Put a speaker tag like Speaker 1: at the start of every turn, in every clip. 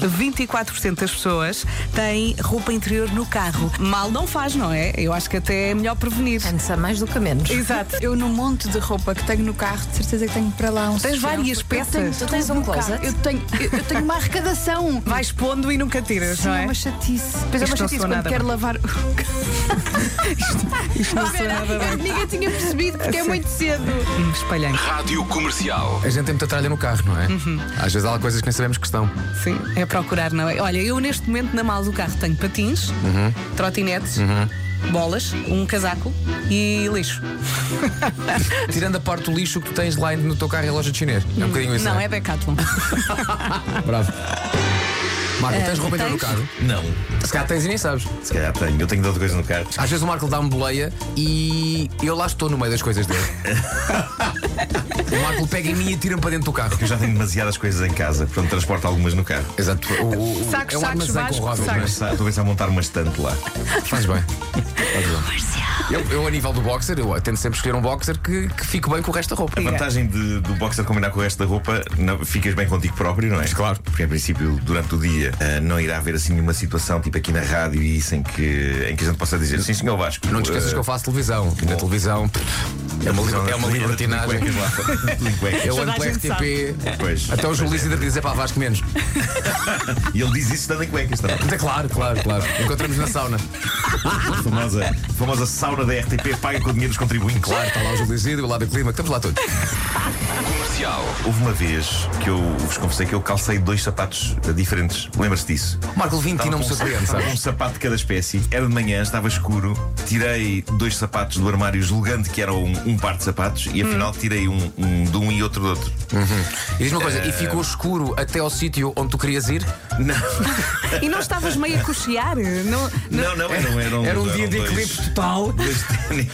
Speaker 1: 24% das pessoas têm roupa interior no carro. Mal não faz, não é? Eu acho que até é melhor prevenir.
Speaker 2: Antes há mais do que a menos.
Speaker 1: Exato.
Speaker 3: Eu, no monte de roupa que tenho no carro, de certeza que tenho para lá um
Speaker 1: Tens
Speaker 3: sutiã.
Speaker 1: várias
Speaker 2: tenho-
Speaker 1: peças.
Speaker 2: tu tens um
Speaker 3: No carro.
Speaker 2: closet?
Speaker 3: Eu tenho, eu, eu tenho uma arrecadação.
Speaker 1: Vais pondo e nunca tiras,
Speaker 3: Sim,
Speaker 1: não
Speaker 3: é
Speaker 1: é?
Speaker 3: uma chatice. Depois
Speaker 1: Isto
Speaker 3: é uma
Speaker 1: não
Speaker 3: chatice
Speaker 1: soa
Speaker 3: quando
Speaker 1: nada
Speaker 3: quero
Speaker 1: bem.
Speaker 3: lavar.
Speaker 1: Isto não soa nada bem.
Speaker 3: Ninguém tinha percebido porque é muito cedo.
Speaker 1: Hum, Espalhei.
Speaker 4: Rádio Comercial.
Speaker 5: A gente tem muita tralha no carro, não é? Às vezes há lá coisas que nem sabemos que estão.
Speaker 1: Sim, é procurar, não é? Olha, eu neste momento na mala do carro tenho patins, trotinetes, bolas, um casaco e lixo.
Speaker 5: Tirando a parte do lixo que tu tens lá no teu carro em loja de chinês. É um bocadinho isso.
Speaker 1: não,
Speaker 5: não
Speaker 1: é, Decathlon.
Speaker 5: Bravo. Marco, Eh, tens roupa dentro do
Speaker 1: tens?
Speaker 5: carro?
Speaker 6: Não,
Speaker 5: Se calhar tens e nem sabes.
Speaker 6: se calhar tenho. Eu tenho de outra coisa no carro.
Speaker 5: Às vezes o Marco dá-me boleia e eu lá estou no meio das coisas dele. o Marco pega em mim e tira-me para dentro do carro.
Speaker 6: Eu já tenho demasiadas coisas em casa, portanto transporto algumas no carro.
Speaker 5: Exato. O, o- o-
Speaker 1: Sacos,
Speaker 5: é um
Speaker 1: sacos,
Speaker 5: armazém
Speaker 1: Vasco,
Speaker 5: com Robin,
Speaker 6: Vou pensar- Estou a pensar a montar uma estante lá.
Speaker 5: Faz bem. Faz bem. Eu, eu, a nível do boxer, eu tento sempre escolher um boxer que, que fique bem com o resto da roupa.
Speaker 6: A vantagem de- do boxer combinar com o resto da roupa, não- ficas bem contigo próprio, não é? Claro. Porque, em princípio, durante o dia ah, não irá haver assim nenhuma situação, tipo aqui na rádio e isso, em que, em que a gente possa dizer sim, senhor Vasco. eh,
Speaker 5: Não te esqueças que eu faço televisão. E na
Speaker 6: Bom.
Speaker 5: televisão pff, é uma, li- é uma libertinagem. Eu
Speaker 1: Toda
Speaker 5: ando
Speaker 1: a
Speaker 5: pela
Speaker 1: gente
Speaker 5: RTP.
Speaker 6: Pois.
Speaker 5: Até o Júlio Lícidas diz: é pá, Vasco menos.
Speaker 6: E ele diz isso estando em cuecas também.
Speaker 5: É claro, claro, claro. Encontramos na sauna.
Speaker 6: A famosa, a famosa sauna da RTP paga com o dinheiro dos contribuintes.
Speaker 5: Claro, está lá o Júlio Lícidas, o lado do clima, que estamos lá todos.
Speaker 4: Comercial.
Speaker 6: Houve uma vez que eu vos confessei que eu calcei dois sapatos eh, diferentes. Lembra-se disso?
Speaker 5: Marco Levinte não me
Speaker 6: com um
Speaker 5: surpreende,
Speaker 6: sapato-
Speaker 5: sabe?
Speaker 6: Um sapato de cada espécie. Era de manhã, estava escuro. Tirei dois sapatos do armário, julgando que eram um, um par de sapatos, e afinal
Speaker 5: Hum.
Speaker 6: tirei um, um de um e outro do outro.
Speaker 5: E diz uma coisa: e
Speaker 6: Eh.
Speaker 5: ficou escuro até ao sítio onde tu querias ir?
Speaker 6: Não,
Speaker 1: E não estavas meio a cochear? Não,
Speaker 6: não, não, eram, eram,
Speaker 5: Era um
Speaker 6: eram
Speaker 5: dia de
Speaker 6: dois-
Speaker 5: eclipse total.
Speaker 6: Dois ténis.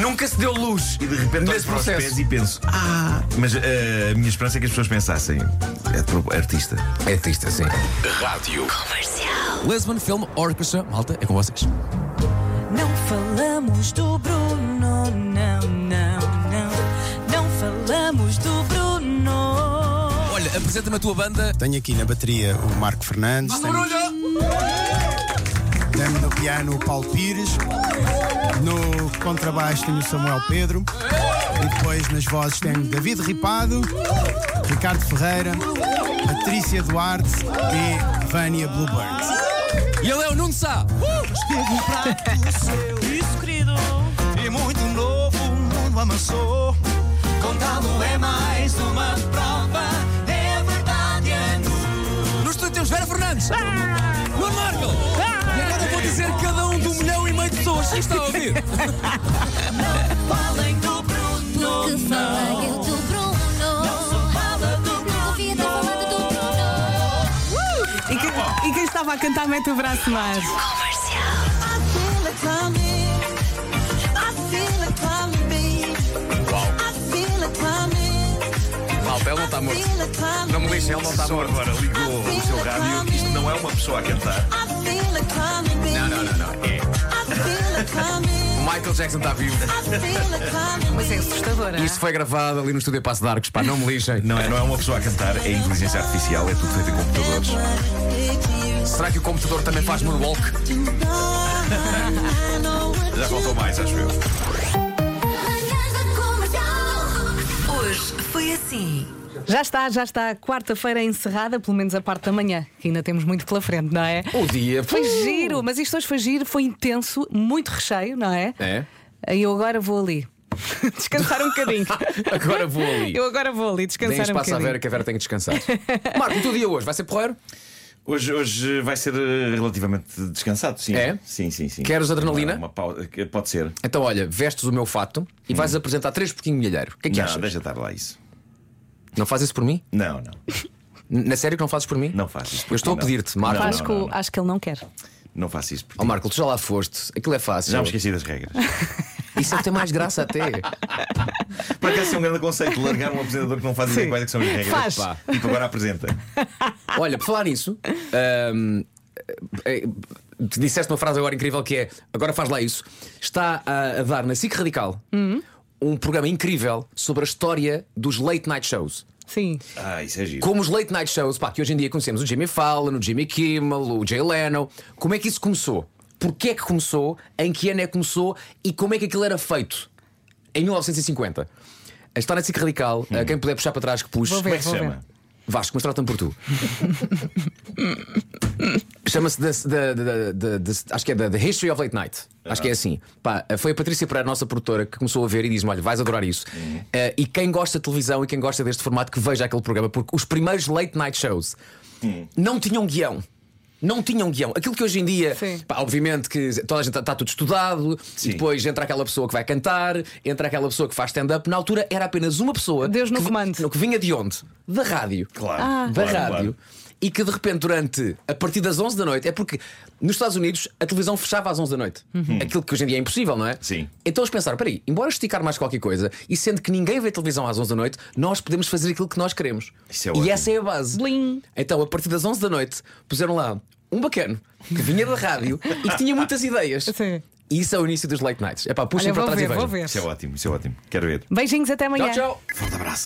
Speaker 5: Nunca se deu luz.
Speaker 6: E de repente olho
Speaker 5: nesse
Speaker 6: para os pés
Speaker 5: processo.
Speaker 6: e penso Ah! Mas eh, a minha esperança é que as pessoas pensassem É pro- artista
Speaker 5: É artista, sim.
Speaker 4: Rádio.
Speaker 5: Lisbon Film Orchestra, malta, é com vocês.
Speaker 7: Não falamos do Bruno, não, não, não. Não falamos do Bruno.
Speaker 5: Olha, apresenta-me a tua banda.
Speaker 8: Tenho aqui na bateria o Marco Fernandes. Tenho... Tenho no piano o Paulo Pires. No contrabaixo tenho o Samuel Pedro. E depois nas vozes tenho David Ripado, Ricardo Ferreira, Patrícia Duarte e Vânia Bluebird.
Speaker 5: E ele é o Nuno Sá.
Speaker 9: Teve um prato seu Isso, querido E muito novo o mundo amassou Contá-lo é mais uma prova É verdade, é no
Speaker 5: Nos estúdio temos Vera Fernandes. Nuno Marco. E agora vou dizer cada um de um milhão e meio de pessoas que está a ouvir.
Speaker 9: Falem do Bruno
Speaker 10: Que fala eu do Bruno.
Speaker 9: Fala do
Speaker 10: Nunca ouvi a falar do Bruno.
Speaker 1: E, quem, e quem estava a cantar mete o braço mais.
Speaker 5: Malta, ele não está morto. Não me lixe, ele não está
Speaker 6: Só
Speaker 5: morto.
Speaker 6: agora ligou o seu rádio Isto não é uma pessoa a cantar
Speaker 5: Não, não, não, não. É. O Michael Jackson está vivo.
Speaker 1: Mas é assustadora.
Speaker 5: Isto foi gravado ali no estúdio Passo de Arcos. Pá, não me lixem.
Speaker 6: Não é, não é uma pessoa a cantar, é inteligência artificial, é tudo feito em computadores.
Speaker 5: Será que o computador também faz moonwalk?
Speaker 6: Já faltou mais, acho eu.
Speaker 10: Manhãs da comercial.
Speaker 7: Hoje foi assim.
Speaker 1: Já está, já está. Quarta-feira encerrada, pelo menos a parte da manhã, que ainda temos muito pela frente, não é?
Speaker 5: O dia
Speaker 1: Foi giro, mas isto hoje foi giro, foi intenso, muito recheio, não é?
Speaker 5: É.
Speaker 1: E eu agora vou ali. Descansar um bocadinho.
Speaker 5: Agora vou ali.
Speaker 1: Eu agora vou ali
Speaker 5: Deem
Speaker 1: descansar um
Speaker 5: espaço à
Speaker 1: bocadinho.
Speaker 5: Vera que a Vera tem que descansar. Marco, o teu dia hoje vai ser porreiro?
Speaker 6: Hoje, hoje vai ser eh, relativamente descansado, sim.
Speaker 5: É?
Speaker 6: Sim, sim, sim.
Speaker 5: Queres adrenalina?
Speaker 6: Uma pausa- que- Pode ser.
Speaker 5: Então, olha, vestes o meu fato e vais apresentar três porquinho milheiro. O que é que
Speaker 6: não,
Speaker 5: achas?
Speaker 6: deixa estar lá isso.
Speaker 5: Não fazes isso por mim?
Speaker 6: Não, não.
Speaker 5: N- Na sério que não fazes por mim?
Speaker 6: Não faço isso. por
Speaker 5: Eu estou
Speaker 6: ti,
Speaker 5: a
Speaker 6: não.
Speaker 5: pedir-te, Marco.
Speaker 6: Não,
Speaker 1: Acho,
Speaker 6: não,
Speaker 1: que,
Speaker 6: não, não.
Speaker 1: acho que ele não quer.
Speaker 6: Não faço isso por
Speaker 5: Ó
Speaker 6: ti.
Speaker 5: Marco, tu já lá foste. Aquilo é fácil.
Speaker 6: Já me esqueci das regras.
Speaker 5: Isso é ter mais graça até.
Speaker 6: Para cá ser um grande conceito, largar um apresentador que não faz ideia quais é que são as regras.
Speaker 1: Faz.
Speaker 6: Pá. Tipo, agora apresenta.
Speaker 5: Olha, por falar nisso, hum, eh, te disseste uma frase agora incrível que é agora faz lá isso. Está a, a dar na SIC Radical um programa incrível sobre a história dos late night shows.
Speaker 1: Sim.
Speaker 6: Ah, isso é giro.
Speaker 5: Como os late night shows, pá, que hoje em dia conhecemos o Jimmy Fallon, o Jimmy Kimmel, o Jay Leno. Como é que isso começou? Porquê é que começou? Em que ano é que começou? E como é que aquilo era feito? Em 1950. A história de SIC Radical, eh, quem puder puxar para trás que puxe.
Speaker 1: Hum. Vou
Speaker 6: Como é
Speaker 1: ver,
Speaker 6: que
Speaker 1: vou
Speaker 6: se
Speaker 1: ver.
Speaker 6: chama?
Speaker 5: Ah, Vasco, mas trata-me por tu. Chama-se da- da- da- da- da- Acho que é da The History of Late Night. Acho que é assim. Pá, foi a Patrícia Pereira, a nossa produtora, que começou a ver e diz-me: Olha, vais adorar isso. Eh, e quem gosta de televisão e quem gosta deste formato, que veja aquele programa, porque os primeiros late night shows não tinham guião. Não tinham guião. Aquilo que hoje em dia,
Speaker 1: Sim.
Speaker 5: pá, obviamente que toda a gente está tudo estudado, e depois entra aquela pessoa que vai cantar, entra aquela pessoa que faz stand-up. Na altura era apenas uma pessoa.
Speaker 1: Deus no
Speaker 5: que vi-
Speaker 1: comando.
Speaker 5: no- que vinha de onde? Da rádio Ah.
Speaker 6: Claro.
Speaker 5: da
Speaker 6: claro,
Speaker 5: rádio
Speaker 6: claro.
Speaker 5: e que de repente durante a partir das 11 da noite é porque nos Estados Unidos a televisão fechava às 11 da noite. Aquilo que hoje em dia é impossível, não é?
Speaker 6: Uhum. Sim.
Speaker 5: Então eles pensaram, peraí, embora esticar mais qualquer coisa e sendo que ninguém vê televisão às 11 da noite, nós podemos fazer aquilo que nós queremos.
Speaker 6: Isso é
Speaker 5: e
Speaker 6: ótimo.
Speaker 5: essa é a base.
Speaker 1: Blim.
Speaker 5: Então a partir das 11 da noite puseram lá um bacano que vinha da rádio e que tinha muitas ideias.
Speaker 1: Sim.
Speaker 5: E isso é o início dos late nights. É pá, puxem
Speaker 1: Olha,
Speaker 5: para
Speaker 1: vou
Speaker 5: trás e
Speaker 1: ver, vou
Speaker 5: vejam.
Speaker 1: ver.
Speaker 6: Isso é ótimo, isso é ótimo. Quero ver.
Speaker 1: Beijinhos, até amanhã.
Speaker 5: Tchau, tchau.
Speaker 6: Forte abraço.